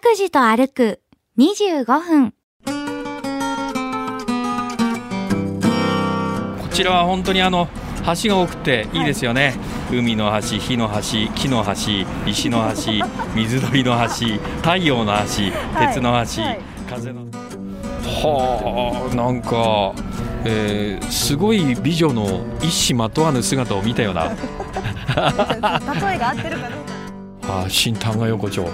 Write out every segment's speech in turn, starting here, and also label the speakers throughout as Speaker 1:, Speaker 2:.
Speaker 1: くじと歩く25分。
Speaker 2: こちらは本当にあの橋が多くていいですよね、海の橋、火の橋、木の橋、石の橋、水鳥の橋、太陽の橋、
Speaker 3: はい
Speaker 2: 鉄の橋、
Speaker 3: はい
Speaker 2: 風のはあ、なんか、えーすごい美女の一糸まとわぬ姿を見たような、
Speaker 3: 例えが合ってるかどうか。
Speaker 2: あー新丹賀横丁、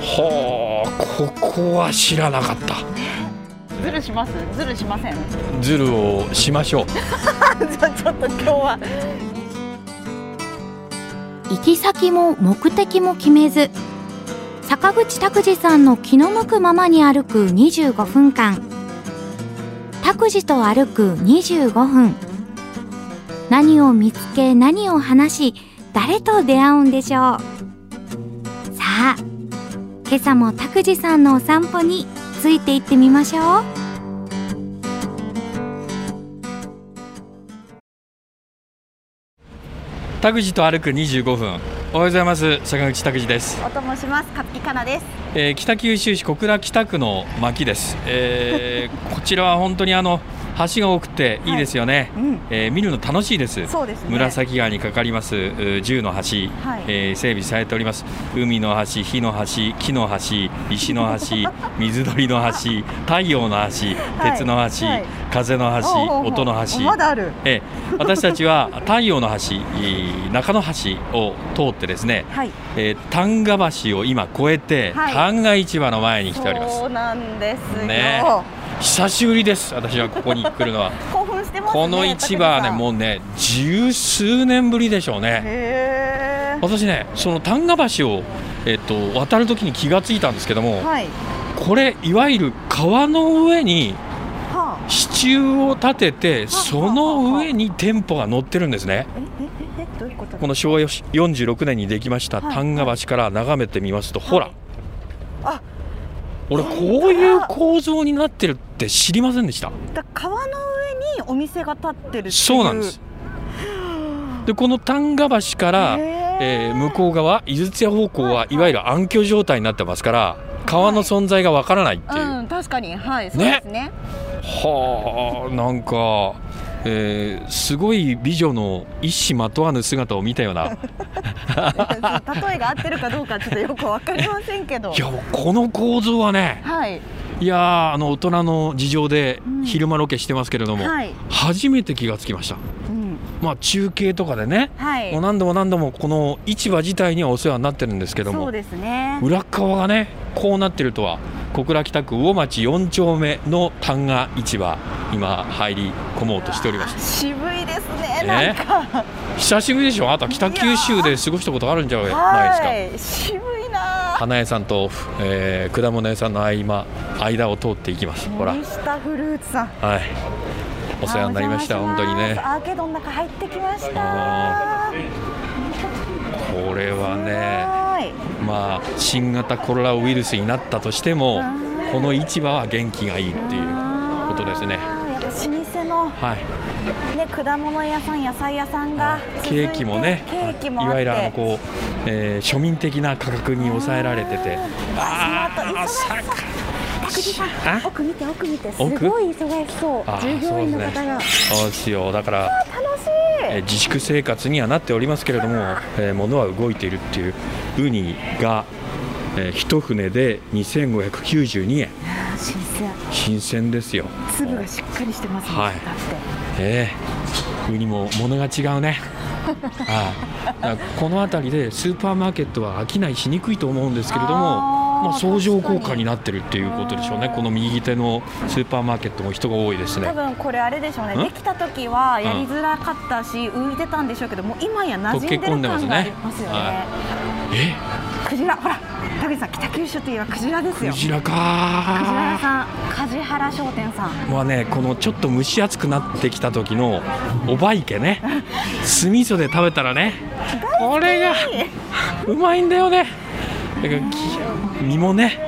Speaker 2: はあ、ここは知らなかった、
Speaker 3: ズルします。ズルしません。ち
Speaker 2: ズルをしましょう。
Speaker 3: ょちょっと今日は。
Speaker 1: 行き先も目的も決めず坂口拓司さんの気の向くままに歩く25分間拓司と歩く25分何を見つけ何を話し誰と出会うんでしょうさあ今朝も拓司さんのお散歩について行ってみましょう
Speaker 2: タグジと歩く25分おはようございます坂口拓司です、
Speaker 3: おともします。かっぴかなです。
Speaker 2: えー北九州市小倉北区の牧です、え ーこちらは本当にあの橋が多くていいですよね、
Speaker 3: うん。
Speaker 2: えー見るの楽しいです
Speaker 3: そうですね。。
Speaker 2: 紫川にかかりますうー10の橋、
Speaker 3: はい
Speaker 2: えー整備されております海の橋、火の橋、木の橋、石の 橋、水鳥の橋、太陽の橋、
Speaker 3: はい
Speaker 2: 鉄の橋、
Speaker 3: はい
Speaker 2: 風の橋、
Speaker 3: おうおうおう
Speaker 2: 音の橋、
Speaker 3: まだある。
Speaker 2: ええ、私たちは太陽の橋、えー中野橋を通ってですね、
Speaker 3: はい。
Speaker 2: えー、丹賀橋を今越えて、
Speaker 3: はい
Speaker 2: 丹賀市場の前に来ております
Speaker 3: そうなんですよ。
Speaker 2: ね久しぶりです私はここに来るの は
Speaker 3: 興奮してますね。
Speaker 2: この市場はねもう
Speaker 3: う。
Speaker 2: ね十数年ぶりでしょうね
Speaker 3: へ
Speaker 2: 私ねその丹賀橋を、えっと渡るときに気がついたんですけども、
Speaker 3: え。はい。
Speaker 2: これいわゆる川の上に
Speaker 3: はあ。
Speaker 2: 支柱を立ててその上に店舗が乗ってるんですね
Speaker 3: ええええどういうこと。
Speaker 2: この昭和46年にできました
Speaker 3: はい
Speaker 2: 丹賀橋から眺めてみますと、ほら
Speaker 3: あ
Speaker 2: 俺こういう構造になってるって知りませんでした
Speaker 3: だ川の上にお店が立ってるっていう。
Speaker 2: そうなん ですでこの丹賀橋から、
Speaker 3: へえ
Speaker 2: えー向こう側井筒屋方向
Speaker 3: はいは
Speaker 2: はいいわゆる暗渠状態になってますから川の存在がわからないっていう、
Speaker 3: うん確かにはいそうですね。
Speaker 2: はあなんか、えーすごい美女の一糸まとわぬ姿を見たよう な
Speaker 3: 例えが合ってるかどうかちょっとよくわかりませんけど
Speaker 2: い。やこの構造はね
Speaker 3: はい
Speaker 2: いやーあの大人の事情で
Speaker 3: うん
Speaker 2: 昼間ロケしてますけれども、
Speaker 3: はい
Speaker 2: 初めて気がつきました、
Speaker 3: うん
Speaker 2: まあ、中継とかでね、
Speaker 3: はい
Speaker 2: もう。何度も何度もこの市場自体にはお世話になってるんですけど
Speaker 3: そう
Speaker 2: も、
Speaker 3: ですね。
Speaker 2: 裏側がねこうなってるとは小倉北区魚町4丁目の旦過市場今入り込もうとしております
Speaker 3: 渋いです
Speaker 2: ね
Speaker 3: ね。なんか、
Speaker 2: 久しぶりでしょあなた北九州で過ごしたことあるんじゃないですか、
Speaker 3: はい、渋いなあ。
Speaker 2: 花屋さんと、えー果物屋さんの合間間を通っていきますほら
Speaker 3: 森下フルーツさん。
Speaker 2: はいお世話になりました
Speaker 3: あお
Speaker 2: 本当
Speaker 3: 邪
Speaker 2: に
Speaker 3: 魔します
Speaker 2: ね
Speaker 3: アーケードの中入ってきました。
Speaker 2: あこれはね
Speaker 3: はい。
Speaker 2: まあ、新型コロナウイルスになったとしてもこの市場は元気がいいっていうことですね。
Speaker 3: やっぱ老舗の
Speaker 2: はい、
Speaker 3: ね果物屋さん野菜屋さんが続いて
Speaker 2: ケーキもね
Speaker 3: ケーキもあ
Speaker 2: い
Speaker 3: って
Speaker 2: わゆるあのこう、えー庶民的な価格に抑えられてて
Speaker 3: あその後忙しそう拓司さ
Speaker 2: あ
Speaker 3: ん奥見て奥見てす
Speaker 2: 奥
Speaker 3: ごい忙しそう
Speaker 2: あー
Speaker 3: 従業員の方が、
Speaker 2: そうですよだから、
Speaker 3: 楽し
Speaker 2: えー自粛生活にはなっておりますけれども、えー物は動いているっていうウニが、えー一船で2592円
Speaker 3: い新鮮
Speaker 2: 新鮮ですよ、
Speaker 3: 粒がしっかりしてますね、
Speaker 2: はい
Speaker 3: だって
Speaker 2: えーウニも物が違う ねはいだからこの辺りでスーパーマーケットは商いしにくいと思うんですけれども
Speaker 3: あー
Speaker 2: まあ、相乗効
Speaker 3: 確
Speaker 2: 果
Speaker 3: か
Speaker 2: になってるっていうことでしょうね
Speaker 3: うん
Speaker 2: この右手のスーパーマーケットも人が多いですね
Speaker 3: 多分これあれでしょうね
Speaker 2: ん
Speaker 3: できた時はやりづらかったし浮いてたんでしょうけどもう今や馴染んでる感がありますよね
Speaker 2: 溶え
Speaker 3: クジラほら田口さん北九州といえばクジラです
Speaker 2: ク
Speaker 3: よクジ
Speaker 2: ジラ
Speaker 3: ラ屋
Speaker 2: か
Speaker 3: さん梶原商店さん
Speaker 2: まあねこのちょっと蒸し暑くなってきた時のおばいけね酢味噌で食べたらねこれがうまいんだよねだからき身もね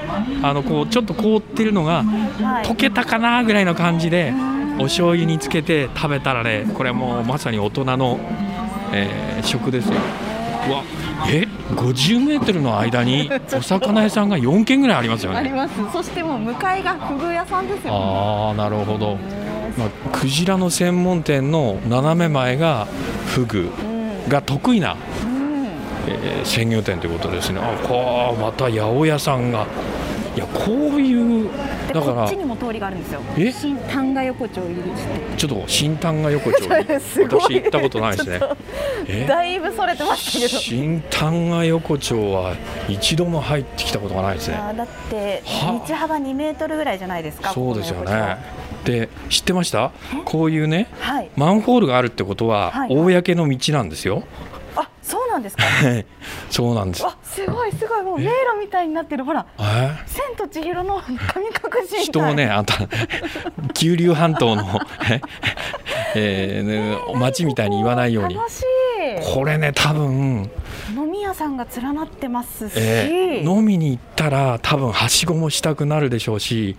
Speaker 2: あのこうちょっと凍ってるのが
Speaker 3: はい
Speaker 2: 溶けたかなぐらいの感じでお醤油につけて食べたらねこれもうまさに大人の、えー食ですようわえ50メートルの間にお魚屋さんが4軒ぐらいありますよ
Speaker 3: あり
Speaker 2: ね。
Speaker 3: ますそしてもう向かいがフグ屋さんですよね
Speaker 2: ああなるほど。まあ、クジラの専門店の斜め前がフグ
Speaker 3: うん
Speaker 2: が得意な、
Speaker 3: うん
Speaker 2: えー鮮魚店ということですね。あこうまた八百屋さんがいやこういう
Speaker 3: で
Speaker 2: だか
Speaker 3: こっ
Speaker 2: ら
Speaker 3: ちにも通りがあるんですよ
Speaker 2: え
Speaker 3: 新旦過横丁入り
Speaker 2: ち
Speaker 3: 口
Speaker 2: ょっと新丹が横丁に
Speaker 3: すごい
Speaker 2: 私行ったことないですね
Speaker 3: ちょ。っ
Speaker 2: え
Speaker 3: とだいぶそれてましたけど
Speaker 2: 新丹が横丁は一度も入ってきたことがないですね。
Speaker 3: あーだって
Speaker 2: はあ
Speaker 3: 道幅2メートルぐらいじゃないですか
Speaker 2: そうですよ
Speaker 3: ここの横
Speaker 2: ね。で知ってましたこういうね
Speaker 3: 丁はい
Speaker 2: マンホールがあるってことは、
Speaker 3: はい
Speaker 2: 公の道なんですよ。
Speaker 3: あそうなん ですか
Speaker 2: そうなんです。
Speaker 3: あすごいすごいもう迷路みたいになってるほら
Speaker 2: え
Speaker 3: 「千と千尋の 神隠し」みたい
Speaker 2: 人をね、あんた九龍半島 のえーね町みたいに言わないように。
Speaker 3: 楽し
Speaker 2: これね多分、
Speaker 3: い飲み屋さんが連なってますし、
Speaker 2: えー飲みに行ったら多分はしごもしたくなるでしょうし、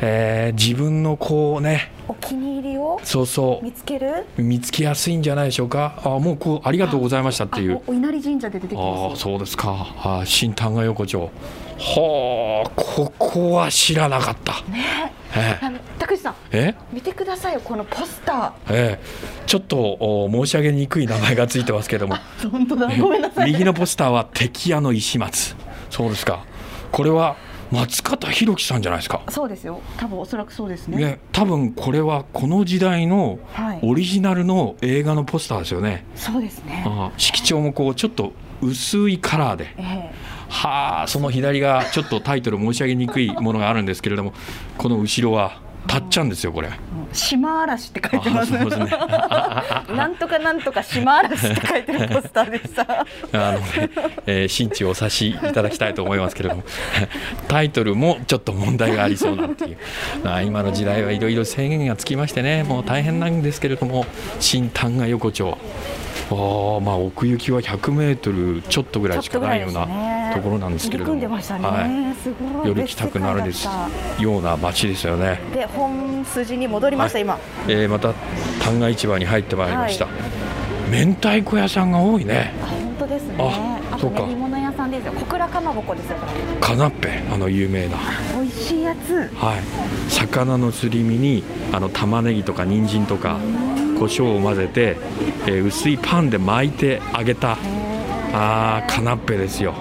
Speaker 2: えー自分のこうね
Speaker 3: お気に入りを
Speaker 2: そうそ
Speaker 3: 見つける
Speaker 2: う見つけやすいんじゃないでしょうかあもうこうありがとうございましたっていう
Speaker 3: あおお稲荷神社で出てき
Speaker 2: あ
Speaker 3: ま
Speaker 2: あ
Speaker 3: す
Speaker 2: そうですかあー新丹賀横丁はあここは知らなかった
Speaker 3: ね
Speaker 2: え
Speaker 3: あの拓司さん
Speaker 2: え
Speaker 3: 見てくださいよこのポスタ
Speaker 2: ええちょっとお申し上げにくい名前がついてますけど も
Speaker 3: ー本当だごめんなさい
Speaker 2: 右のポスターは敵屋の石松そうですかこれは松方弘樹さんじゃないですか
Speaker 3: そうですよ多分おそらくそうですね
Speaker 2: ね、多分これはこの時代の
Speaker 3: はい
Speaker 2: オリジナルの映画のポスターですよね、
Speaker 3: そうですね
Speaker 2: ああ色調もこうちょっと薄いカラーで
Speaker 3: え
Speaker 2: はあその左がちょっとタイトル申し上げにくいものがあるんですけれどもこの後ろはたっちゃんですよこれ。
Speaker 3: えもう島嵐って書いて
Speaker 2: あ
Speaker 3: ま
Speaker 2: あ
Speaker 3: す
Speaker 2: そうですね
Speaker 3: なんとかなんとか島嵐って書いてるポスターでした。
Speaker 2: あのね、えー、心中お察しいただきたいと思いますけれども タイトルもちょっと問題がありそうなっていう、まあ、今の時代はいろいろ制限がつきましてねもう大変なんですけれども新旦賀横丁あーまあ奥行きは1 0 0ルちょっとぐらいしかないようなところなんですけれども
Speaker 3: 入り組んでましたね。
Speaker 2: は
Speaker 3: すごい。
Speaker 2: い、より来たくなるです
Speaker 3: 別世界だっ
Speaker 2: ような街ですよね。
Speaker 3: たで本筋に戻りました、
Speaker 2: はい
Speaker 3: 今。
Speaker 2: えーまた旦過市場に入ってまいりました、明太子屋さんが多いね
Speaker 3: あ本当ですね。
Speaker 2: あ
Speaker 3: あ
Speaker 2: そ
Speaker 3: と
Speaker 2: うか
Speaker 3: 練り物屋さんですよ。小倉かまぼこですよ。これ
Speaker 2: カナッペあの有名な、
Speaker 3: 美味しいやつ。
Speaker 2: はい、魚のすり身にあの玉ねぎとか人参とか胡椒を混ぜて、えー薄いパンで巻いて揚げたあーカナッペですよ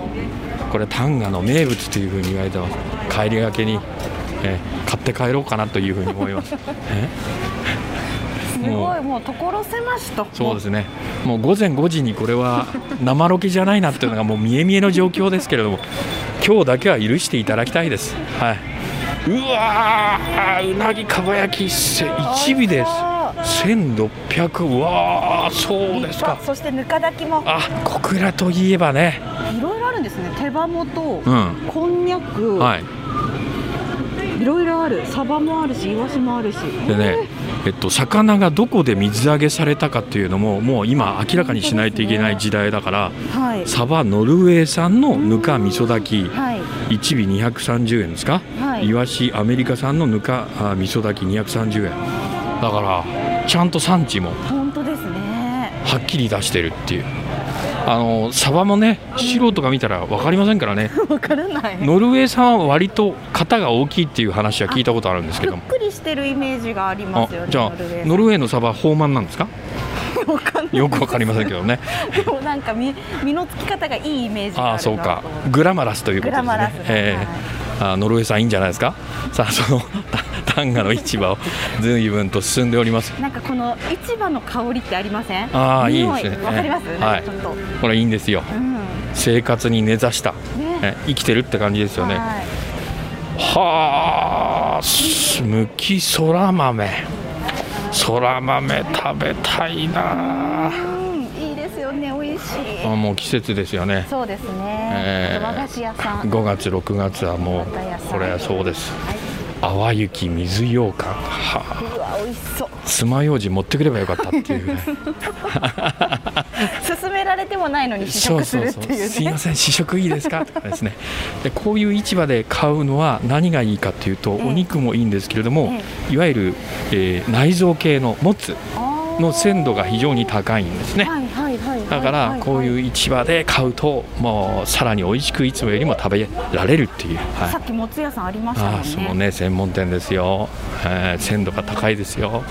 Speaker 2: これ丹賀の名物というふうに言われてます帰りがけに、えー買って帰ろうかなというふうに思いますえ
Speaker 3: すごい
Speaker 2: も
Speaker 3: もう所狭しと。
Speaker 2: そうですね、もう午前5時にこれ は生ロケじゃないなっていうのがもう見え見えの状況ですけれども、今日だけは許していただきたいです。はいうわー、うなぎかば焼きせ1尾です。1600、うわー、そうですか
Speaker 3: あ。そしてぬか炊きも
Speaker 2: あ、小倉といえばね、
Speaker 3: いろいろあるんですね。手羽元、
Speaker 2: うん、
Speaker 3: こんにゃく、
Speaker 2: はい。
Speaker 3: い、ろいろある。サバもあるし、イワシもあるし。
Speaker 2: でね、えっと、魚がどこで水揚げされたかっていうのも、もう今明らかにしないといけない時代だから、
Speaker 3: はい。
Speaker 2: サバノルウェー産のぬか味噌炊き。
Speaker 3: はい。
Speaker 2: 1尾230円ですか、
Speaker 3: はい
Speaker 2: イワシアメリカ産のぬかあ味噌炊き230円だからちゃんと産地も
Speaker 3: 本当ですね。
Speaker 2: はっきり出してるっていうあのサバもね素人が見たら分かりません からね
Speaker 3: わからない。
Speaker 2: ノルウェー産は割と型が大きいっていう話は聞いたことあるんですけ
Speaker 3: ぷっ
Speaker 2: ども
Speaker 3: くりしてるイメージがあり
Speaker 2: あ
Speaker 3: ますよね。
Speaker 2: じゃあ
Speaker 3: ノルウェー
Speaker 2: ノルウェーのサバ豊満なんですかよく分かりませんけどね
Speaker 3: でもなんか身身のつき方がいいイメージがあるな
Speaker 2: ああそうか
Speaker 3: と思って
Speaker 2: グラマラスということです
Speaker 3: グラマラス
Speaker 2: ね
Speaker 3: ね
Speaker 2: ええあノルウェーさんいいんじゃないですかさあそのた丹賀の市場を随分と進んでおります
Speaker 3: なんかこの市場の香りってありません？
Speaker 2: ああいい
Speaker 3: 匂
Speaker 2: ですね
Speaker 3: わかります？
Speaker 2: ええ
Speaker 3: なんかちょっと、
Speaker 2: これいいんですよ
Speaker 3: うん
Speaker 2: 生活に根ざした、
Speaker 3: ね。
Speaker 2: え生きてるって感じですよね
Speaker 3: はい
Speaker 2: はあむきそら豆そら豆食べたいなあ
Speaker 3: うんいいですよね。美味しい。
Speaker 2: もう季節ですよね
Speaker 3: そうですね。
Speaker 2: ええ
Speaker 3: 和菓子屋さん。
Speaker 2: 5月6月はもうこれはそうです淡雪水羊羹はあ
Speaker 3: うわ美味しそう。
Speaker 2: 爪楊枝持ってくればよかったっていう ね
Speaker 3: 勧められてもないのに試食するっていうね。
Speaker 2: すいません試食いいですかとかですねでこういう市場で買うのは何がいいかというと、
Speaker 3: ええ
Speaker 2: お肉もいいんですけれども、
Speaker 3: え
Speaker 2: いわゆる、えー内臓系のもつ
Speaker 3: あー
Speaker 2: の鮮度が非常に高いんですね、
Speaker 3: はいはいはい
Speaker 2: だからこういう市場で買うともうさらに美味しくいつもよりも食べられるっていう、はい
Speaker 3: さっきもつ屋さんありました
Speaker 2: あ
Speaker 3: も
Speaker 2: あそ
Speaker 3: ん
Speaker 2: う
Speaker 3: ね
Speaker 2: ね専門店ですよ、えー鮮度が高いですよ、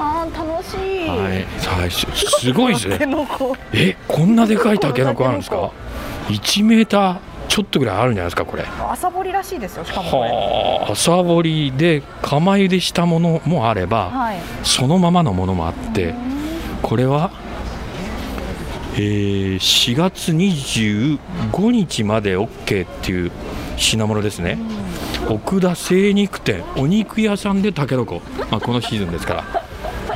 Speaker 3: あー楽しい、
Speaker 2: はい、はいすすごいです
Speaker 3: タケ
Speaker 2: ね
Speaker 3: ノコ
Speaker 2: えこんなでかいタケノコあるんですか1メーターちょっとぐらいあるんじゃないですかこれ
Speaker 3: 朝掘りらしいですよしかもこれ
Speaker 2: はあ朝掘りで釜茹でしたものもあれば
Speaker 3: はい
Speaker 2: そのままのものもあってこれは、えー4月25日まで OK っていう品物ですね奥田精肉店お肉屋さんでたけのこ、まあ、このシーズンですから、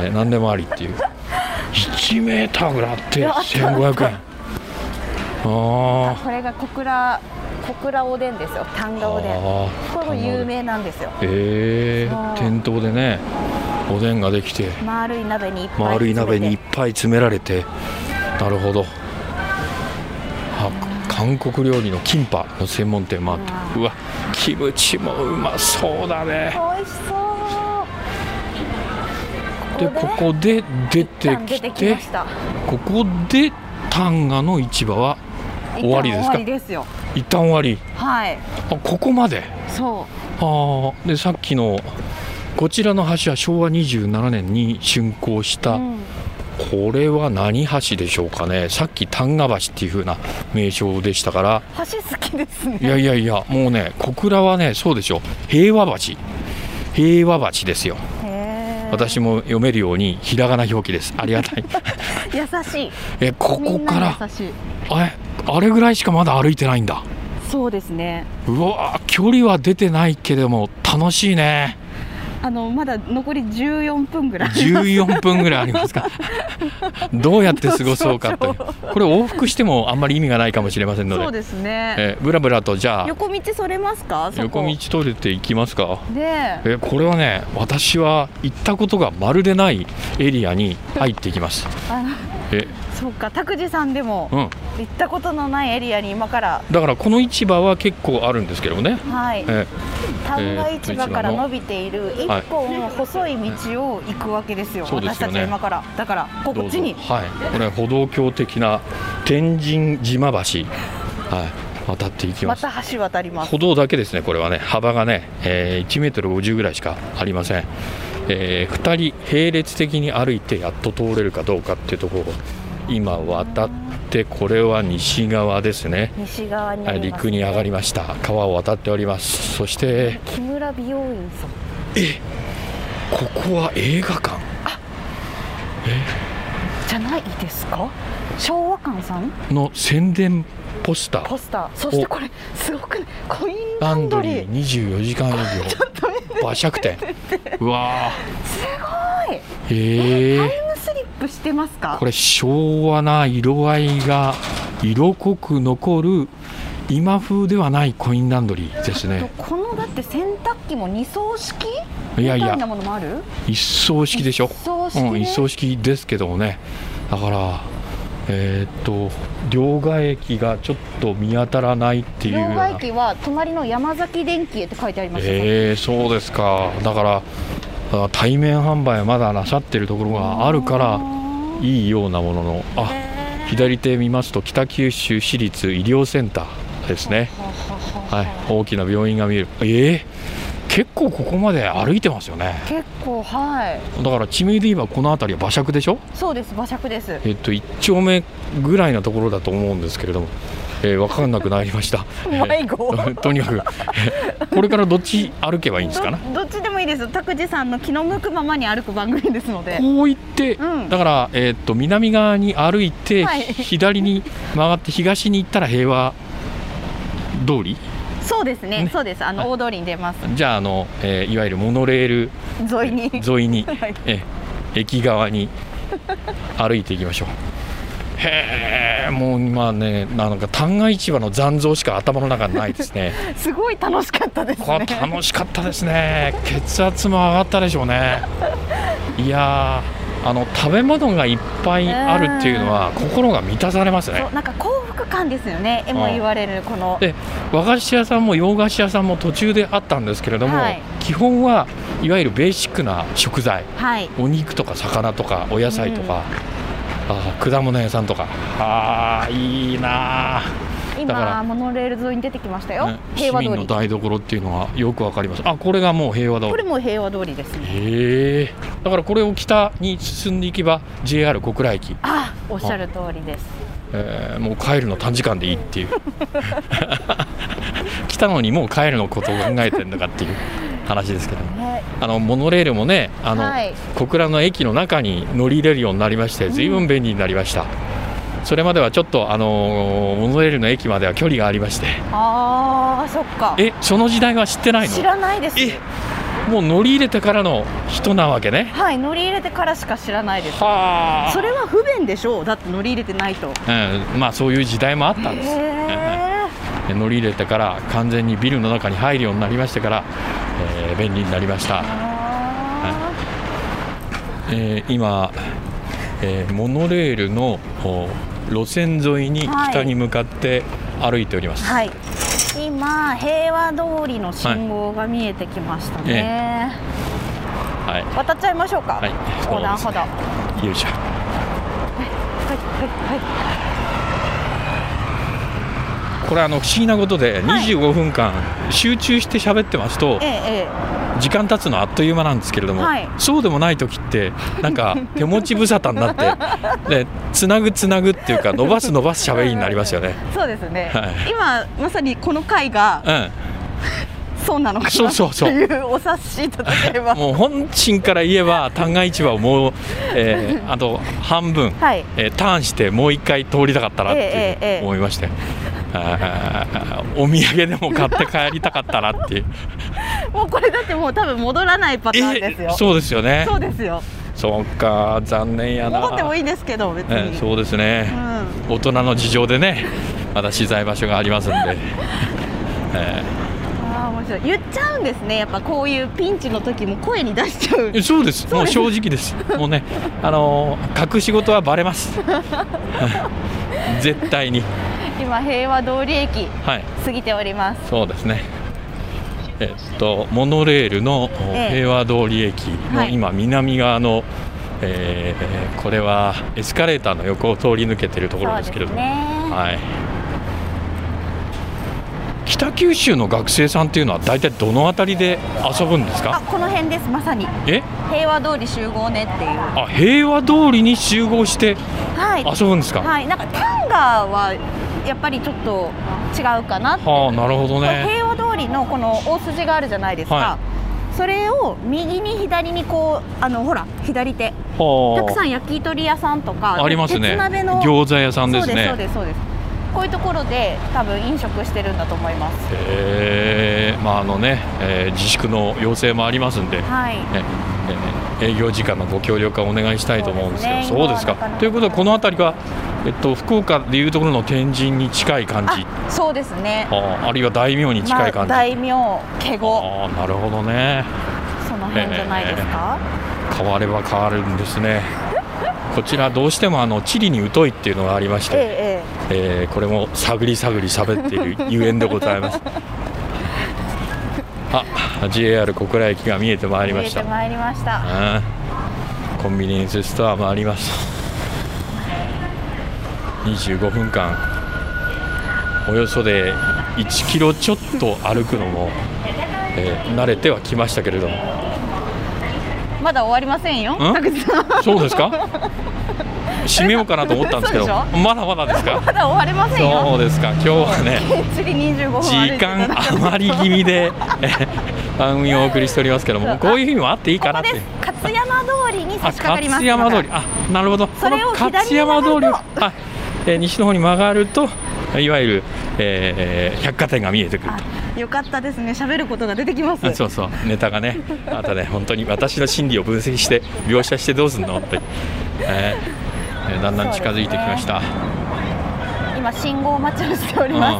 Speaker 2: えー何でもありっていう1メーターぐらいあって1500円あー
Speaker 3: これが小倉小倉おでんですよ丹
Speaker 2: あ
Speaker 3: 賀おでん
Speaker 2: ー
Speaker 3: これも有名なんですよ
Speaker 2: え
Speaker 3: そ
Speaker 2: ー、
Speaker 3: う
Speaker 2: 店頭でねおでんができて
Speaker 3: 丸い鍋にいっぱい詰めて
Speaker 2: 丸い鍋にいっぱい詰められてなるほどあ韓国料理のキンパの専門店もあってうわキムチもうまそうだね
Speaker 3: 美味しそう
Speaker 2: でここで出て
Speaker 3: 出
Speaker 2: きて
Speaker 3: てきました
Speaker 2: ここで旦過の市場は終わりです
Speaker 3: 一旦終わ
Speaker 2: か
Speaker 3: りですよ
Speaker 2: 一旦終わり
Speaker 3: はい
Speaker 2: あここまで
Speaker 3: そ
Speaker 2: ああでさっきのこちらの橋は昭和27年に竣工した、
Speaker 3: う、うん
Speaker 2: これは何橋でしょうかねさっき丹賀橋っていう風な名称でしたから
Speaker 3: 橋好きですね
Speaker 2: いやいやいやもうね小倉はねそうでしょ平和橋平和橋ですよ
Speaker 3: へー
Speaker 2: 私も読めるようにひらがな表記ですありが たい
Speaker 3: 優しい
Speaker 2: えこ
Speaker 3: み
Speaker 2: こ
Speaker 3: ん
Speaker 2: か
Speaker 3: な
Speaker 2: ら
Speaker 3: 優しい
Speaker 2: あれあれぐらいしかまだ歩いてないんだ
Speaker 3: そうですね
Speaker 2: うわー距離は出てないけれども楽しいね
Speaker 3: あのまだ残り14分ぐらい
Speaker 2: 14分ぐらいあり ますかどうやって過ごそうかという
Speaker 3: どうし
Speaker 2: これ往復してもあんまり意味がないかもしれませんので
Speaker 3: そうですね
Speaker 2: えーぶらぶらとじゃあ
Speaker 3: 横道それますかそこ
Speaker 2: 横道取れていきますか
Speaker 3: で
Speaker 2: えこれはね私は行ったことがまるでないエリアに入っていきます
Speaker 3: あの
Speaker 2: え
Speaker 3: そうか拓司さんでも
Speaker 2: うん
Speaker 3: 行ったことのないエリアに今から
Speaker 2: だからこの市場は結構あるんですけどね
Speaker 3: はい
Speaker 2: え
Speaker 3: 旦過市場から伸びている一
Speaker 2: はい
Speaker 3: 本細い道を行くわけですよ、
Speaker 2: そうです
Speaker 3: 私
Speaker 2: よ
Speaker 3: た
Speaker 2: ね
Speaker 3: ちは今からだからこ
Speaker 2: どう
Speaker 3: っ
Speaker 2: ぞ
Speaker 3: ちに
Speaker 2: はいこれ歩道橋的な天神島橋はい渡っていき
Speaker 3: ま
Speaker 2: ます
Speaker 3: た橋渡ります
Speaker 2: 歩道だけですねこれはね幅がね、え1メートル50ぐらいしかありません、え2人並列的に歩いてやっと通れるかどうかっていうところを今渡ってこれは西側ですね
Speaker 3: 西側にあ
Speaker 2: はい
Speaker 3: ります
Speaker 2: 陸に上がりました川を渡っておりますそして
Speaker 3: 木村美容院さん
Speaker 2: ここは映画館
Speaker 3: じゃないですか昭和館さん
Speaker 2: の宣伝ポスタ
Speaker 3: ポ
Speaker 2: ー
Speaker 3: スターそしてこれすごくねコインラ
Speaker 2: ラ
Speaker 3: ン
Speaker 2: ン
Speaker 3: ド
Speaker 2: ド
Speaker 3: リー
Speaker 2: リー24時間営業馬借店うわ
Speaker 3: ごい
Speaker 2: ーへえ
Speaker 3: タイムスリップしてますか
Speaker 2: これ昭和な色合いが色濃く残る今風ではないコインランドリーですね
Speaker 3: このだって洗濯機も二層式
Speaker 2: いやい
Speaker 3: みた
Speaker 2: や
Speaker 3: いなものもある
Speaker 2: 一層式でしょ
Speaker 3: 一層式ね
Speaker 2: うん、一層式ですけどもねだからえーっと両替駅がちょっと見当たらないっていう
Speaker 3: 両
Speaker 2: ような
Speaker 3: 替機は隣の山崎電機へって書いてありますよ、
Speaker 2: えー、そうですかだからあ対面販売はまだなさってるところがあるからいいようなもののあ左手見ますと北九州市立医療センターですね、はい、大きな病院が見えるええ結構ここまで歩いてますよね
Speaker 3: 結構はい
Speaker 2: だから地名で言えばこの辺りは馬借でしょ
Speaker 3: そうです馬借です
Speaker 2: えっと1丁目ぐらいなところだと思うんですけれども、えー、分かんなくなりま した、えー
Speaker 3: 迷子
Speaker 2: とにかく、えーこれからどっち歩けばいいんですかね
Speaker 3: どどっちでもいいです拓司さんの気の向くままに歩く番組ですので
Speaker 2: こう行って、
Speaker 3: うん
Speaker 2: だから、えーっと南側に歩いて、
Speaker 3: はい
Speaker 2: 左に曲がって東に行ったら平和通り
Speaker 3: そうですね
Speaker 2: ね
Speaker 3: そうですあの大通りに出ます
Speaker 2: じゃああの、えーいわゆるモノレール
Speaker 3: 沿いに
Speaker 2: 沿いに、
Speaker 3: はい
Speaker 2: えー駅側 に歩いていきましょう。へえもうまあねなんか旦過市場の残像しか頭の中にないです ね。
Speaker 3: すごい楽しかったです
Speaker 2: こ
Speaker 3: ね
Speaker 2: れ楽しかったですね血圧も上がったでしょうねいやーあの食べ物がいっぱいあるっていうのは心が満たされますね
Speaker 3: そうなんか幸福感ですよねえも言われるこの
Speaker 2: で和菓子屋さんも洋菓子屋さんも途中であったんですけれども、
Speaker 3: はい
Speaker 2: 基本はいわゆるベーシックな食材
Speaker 3: はい
Speaker 2: お肉とか魚とかお野菜とか、あー果物屋さんとかあーいいなあだか
Speaker 3: 今
Speaker 2: ら
Speaker 3: モノレール沿いに出てきましたよ、
Speaker 2: ね市
Speaker 3: 平和
Speaker 2: 民
Speaker 3: 通
Speaker 2: の
Speaker 3: り
Speaker 2: 台所っていうのはよくわかりますあこれがもう平和通
Speaker 3: これ
Speaker 2: り
Speaker 3: も平和通りですね
Speaker 2: へえだからこれを北に進んでいけば JR 小倉駅、
Speaker 3: あおっしゃる通りです
Speaker 2: えーもう帰るの短時間でいいって いう 来たのにもう帰るのことを考えてんだかっていう話ですけど
Speaker 3: ね
Speaker 2: あのモノレールもねあの、
Speaker 3: はい
Speaker 2: 小倉の駅の中に乗り入れるようになりまして随分便利になりました、それまではちょっとあのーモノレールの駅までは距離がありまして
Speaker 3: あーそっか
Speaker 2: えその時代は知ってないの
Speaker 3: 知らないです
Speaker 2: えもう乗り入れてからの人なわけね
Speaker 3: はい乗り入れてからしか知らないです
Speaker 2: はあ
Speaker 3: それは不便でしょうだって乗り入れてないと
Speaker 2: うん、まあそういう時代もあったんです
Speaker 3: へ
Speaker 2: で乗り入れてから完全にビルの中に入るようになりましてから、えー便利になりました
Speaker 3: え
Speaker 2: えー今、えーモノレールのお路線沿いに北に向かって歩いております、
Speaker 3: はい今平和通りの信号が見えてきましたね、
Speaker 2: はい
Speaker 3: 渡っちゃいましょうか、
Speaker 2: はい
Speaker 3: 横断歩道はい
Speaker 2: よいしょ
Speaker 3: はいは
Speaker 2: これあの不思議なことで
Speaker 3: はい
Speaker 2: 25分間集中して喋ってますと
Speaker 3: いえええ
Speaker 2: 時間経つのあっという間なんですけれども、
Speaker 3: はい
Speaker 2: そうでもない時ってなん か手持ち無沙汰になってでつなぐつなぐっていうか伸ばす伸ばす喋りになりますよね。
Speaker 3: えそうですね、
Speaker 2: はい
Speaker 3: 今まさにこの回が
Speaker 2: う
Speaker 3: そうなのかな
Speaker 2: そうそうそう
Speaker 3: っていうお察しいただければ
Speaker 2: ん、もう本心から言えば旦過市場をもう、え ーあと半分、
Speaker 3: はい
Speaker 2: えーターンしてもう一回通りたかったなっ
Speaker 3: えええ
Speaker 2: て
Speaker 3: え
Speaker 2: 思いまして、あーお土産でも買って帰りたかったなってい う、
Speaker 3: もうこれだってもう多分戻らないパターンですよ、
Speaker 2: えそうですよね
Speaker 3: そうですよ
Speaker 2: そうか残念やな
Speaker 3: 戻ってもいいんですけど別に、
Speaker 2: ええそうです
Speaker 3: う
Speaker 2: ね、
Speaker 3: ん
Speaker 2: 大人の事情でねまだ資材場所がありますんで、 え
Speaker 3: ああ面白い言っちゃうんですねやっぱこういうピンチの時も声に出しちゃう
Speaker 2: えそうです
Speaker 3: そうです
Speaker 2: もう正直ですもうねあのー隠し事はバレます 絶対に
Speaker 3: 今平和通り駅
Speaker 2: はい
Speaker 3: 過ぎております
Speaker 2: そうですねえっとモノレールの
Speaker 3: ええ
Speaker 2: 平和通り駅
Speaker 3: は
Speaker 2: の
Speaker 3: い
Speaker 2: 今南側の、えーこれはエスカレーターの横を通り抜けてるところですけれども、
Speaker 3: ね
Speaker 2: はい、北九州の学生さんっていうのは大体どの辺りで遊ぶんです
Speaker 3: あ
Speaker 2: か
Speaker 3: この辺ですまさに
Speaker 2: え
Speaker 3: 平和通り集合ねっていう
Speaker 2: あ平和通りに集合して
Speaker 3: はい
Speaker 2: 遊ぶんですか、
Speaker 3: はいなんかタンガーはやっぱりちょっと違うかなって
Speaker 2: はあなるほど
Speaker 3: これ
Speaker 2: ね
Speaker 3: 平和通りのこの大筋があるじゃないですか、
Speaker 2: は
Speaker 3: それを右に左にこうあのほら左手た
Speaker 2: は
Speaker 3: く
Speaker 2: あ
Speaker 3: さん焼き鳥屋さんとか
Speaker 2: ありますね
Speaker 3: 鉄鍋の
Speaker 2: 餃子屋さんです
Speaker 3: そう
Speaker 2: ね
Speaker 3: ですそうですそうですこういうところで多分飲食してるんだと思います
Speaker 2: えーまああのね、えー自粛の要請もありますんで、ね
Speaker 3: はい
Speaker 2: えー営業時間のご協力はお願いしたいと思うんですけど
Speaker 3: そうですね
Speaker 2: そうですか
Speaker 3: 今はなかなか
Speaker 2: ということはこの辺りが、えっと、福岡でいうところの天神に近い感じ
Speaker 3: あそうですね
Speaker 2: ああるいは大名に近い
Speaker 3: まあ
Speaker 2: 感じ、
Speaker 3: 大名華厳
Speaker 2: ああなるほどね
Speaker 3: その辺じゃないですか、
Speaker 2: 変われば変わるんですねこちらどうしてもあの地理に疎いっていうのがありまし
Speaker 3: ええ
Speaker 2: て、
Speaker 3: ええ
Speaker 2: えーこれも探り探り喋っているゆえんでござい ますあ JR 小倉駅が見えてまいりま
Speaker 3: 見え
Speaker 2: してた
Speaker 3: まいりました
Speaker 2: うんコンビニエンスストアもあります25分間およそで1キロちょっと歩くのも、えー慣れてはきましたけれども
Speaker 3: まだ終わりませんよ
Speaker 2: ん
Speaker 3: 拓司さん
Speaker 2: そうです か閉めようかなと思ったんですけど
Speaker 3: 嘘
Speaker 2: まだまだですか
Speaker 3: まだ終わりません
Speaker 2: そう
Speaker 3: よ
Speaker 2: ですか今日はね
Speaker 3: きっちり25分歩いて
Speaker 2: 時
Speaker 3: い
Speaker 2: 間
Speaker 3: ただいて
Speaker 2: 余り気味 でえー番組をお送りしておりますけどもこういう日もあっていいか
Speaker 3: こ
Speaker 2: な
Speaker 3: こ
Speaker 2: って
Speaker 3: です勝山通りに差
Speaker 2: あ
Speaker 3: し掛かります
Speaker 2: 勝山通りあなるほど
Speaker 3: それを
Speaker 2: この
Speaker 3: 左
Speaker 2: 勝
Speaker 3: に
Speaker 2: 山通りを
Speaker 3: 曲が
Speaker 2: あ、えー西の方に曲がるといわゆる、えー百貨店が見えてくると
Speaker 3: あよかったですね喋ることが出てきます
Speaker 2: あそうそうネタがねあとね本当に私の心理を分析して描写してどうすんのって、えーえーだんだん近づいてきました、
Speaker 3: 今信号待ちをしており
Speaker 2: うん
Speaker 3: ます、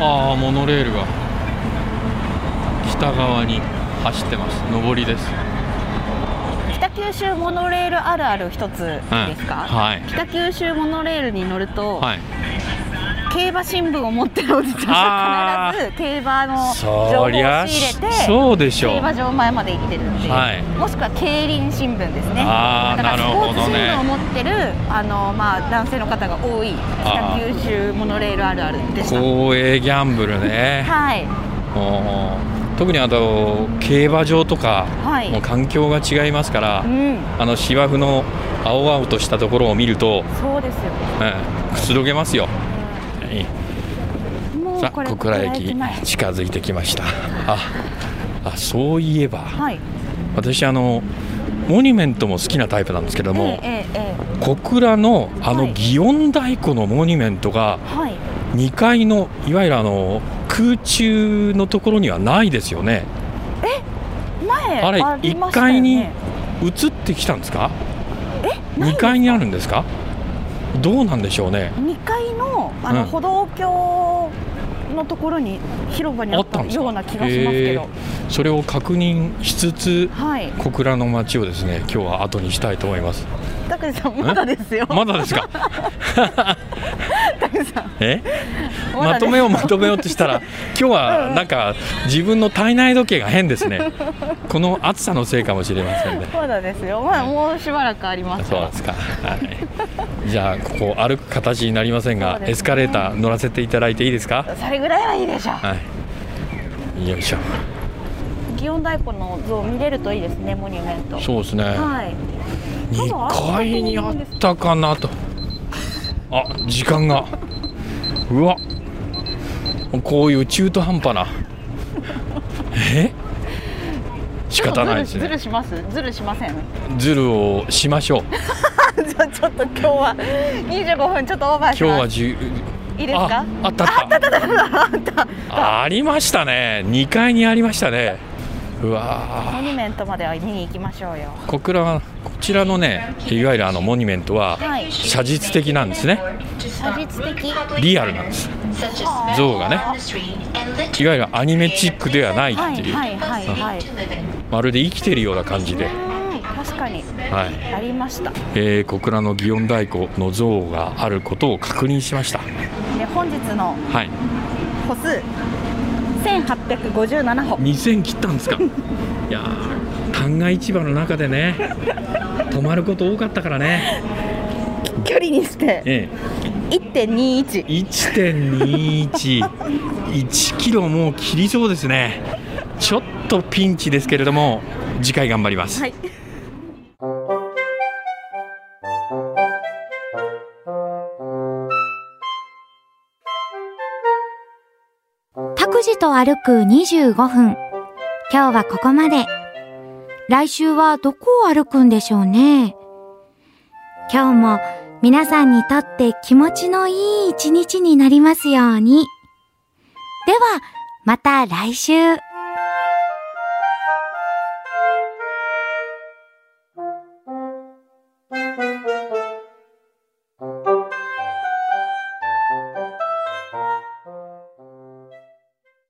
Speaker 2: ああモノレールが北側に走ってます上りです、
Speaker 3: 北九州モノレールあるある一つですか、
Speaker 2: はい
Speaker 3: 北九州モノレールに乗ると、
Speaker 2: はい
Speaker 3: 競馬新聞を持ってるおじちゃん
Speaker 2: あ
Speaker 3: が
Speaker 2: ー
Speaker 3: 必ず競馬の情報
Speaker 2: そ
Speaker 3: を仕
Speaker 2: りゃ
Speaker 3: 入れて
Speaker 2: そうでしょ
Speaker 3: 競
Speaker 2: う
Speaker 3: 馬場前まで行ってるっていう、
Speaker 2: はい
Speaker 3: もしくは競輪新聞ですね
Speaker 2: あー
Speaker 3: だから
Speaker 2: な
Speaker 3: ス
Speaker 2: る
Speaker 3: ポ
Speaker 2: ほ
Speaker 3: ーツ
Speaker 2: ど
Speaker 3: 新
Speaker 2: ね
Speaker 3: 聞を持ってるあの、まあ、男性の方が多い
Speaker 2: あ
Speaker 3: 北
Speaker 2: ー
Speaker 3: 九州モノレールあるあるでした
Speaker 2: 公営ギャンブルね
Speaker 3: はい
Speaker 2: もう特にあと競馬場とか、
Speaker 3: はい
Speaker 2: もう環境が違いますから、
Speaker 3: うん
Speaker 2: あの芝生の青々としたところを見ると、
Speaker 3: そうですよね
Speaker 2: うんくつろげますよ、はい
Speaker 3: もう
Speaker 2: さあ
Speaker 3: これ
Speaker 2: 小倉駅
Speaker 3: 前
Speaker 2: 近づいてきましたああそういえば、
Speaker 3: はい
Speaker 2: 私あのモニュメントも好きなタイプなんですけど
Speaker 3: え
Speaker 2: も、
Speaker 3: ええええ
Speaker 2: 小倉のあの
Speaker 3: はい
Speaker 2: 祇園太鼓のモニュメントが
Speaker 3: えはい
Speaker 2: 2階のいわゆるあの空中のところにはないですよね
Speaker 3: 前
Speaker 2: あれ
Speaker 3: ありま
Speaker 2: 1
Speaker 3: したよ
Speaker 2: 階に
Speaker 3: ね
Speaker 2: 移ってきたんですか
Speaker 3: えない
Speaker 2: 2階にあるんですかどうなんでしょうね
Speaker 3: 2階のあの、
Speaker 2: うん
Speaker 3: 歩道橋のところに広場にあっ
Speaker 2: あった
Speaker 3: た
Speaker 2: んですか
Speaker 3: ような気がしますけど、
Speaker 2: それを確認しつつ
Speaker 3: はい
Speaker 2: 小倉の街をですね今日は後にしたいと思い ます
Speaker 3: たけさんまだですよ
Speaker 2: まだですか
Speaker 3: たけさん
Speaker 2: え
Speaker 3: だ
Speaker 2: ま
Speaker 3: です
Speaker 2: とめようまとめようとした ら今日はなんか自分の体内時計が変ですねこの暑さのせいかもしれませんね
Speaker 3: まだですよまだもうしばらくありますか
Speaker 2: そう
Speaker 3: ら
Speaker 2: ですか、はい、じゃあここ歩く形になりません
Speaker 3: そ
Speaker 2: が、
Speaker 3: うですね
Speaker 2: エスカレーター乗らせていただいていいですか
Speaker 3: それぐらいはいいでしょう
Speaker 2: はいよいしょ
Speaker 3: 祇園太鼓の像見れるといいですねモニュメント
Speaker 2: そうですね、
Speaker 3: はい
Speaker 2: 二階にあったかなとあ時間がうわこういう中途半端なえ仕方ないです
Speaker 3: ず
Speaker 2: ね
Speaker 3: るしますずるしま せん
Speaker 2: ズルをしましょう
Speaker 3: ちょちょっと今日は25分ちょっとオーバーし
Speaker 2: 今日は
Speaker 3: ます
Speaker 2: じゅ
Speaker 3: いいですか
Speaker 2: ああったあったあったあったありましたね2階にありましたねうわ
Speaker 3: モニュメントまでは見に行きましょうよ
Speaker 2: ー小倉はこちらのねいわゆるあのモニュメントは
Speaker 3: はい
Speaker 2: 写実的なんですね
Speaker 3: 写実的
Speaker 2: リアルなんです像がねいわゆるアニメチックではない
Speaker 3: は
Speaker 2: っ
Speaker 3: い
Speaker 2: ていう、
Speaker 3: はいはいはい、
Speaker 2: まるで生きてるような感じで、
Speaker 3: うん確かに
Speaker 2: はい
Speaker 3: ありましたで
Speaker 2: えー小倉の祇園太鼓の像があることを確認しました
Speaker 3: 本日の
Speaker 2: はい
Speaker 3: 歩数1857歩
Speaker 2: 2000切ったん ですかいやー旦過市場の中でね泊まること多かったからね
Speaker 3: 距離にして
Speaker 2: え
Speaker 3: 1.21
Speaker 2: え1.211キロもう切りそうですねちょっとピンチですけれども次回頑張ります、
Speaker 3: はい
Speaker 1: タクジと歩く25分。今日はここまで。来週はどこを歩くんでしょうね。今日も皆さんにとって気持ちのいい一日になりますように。では、また来週。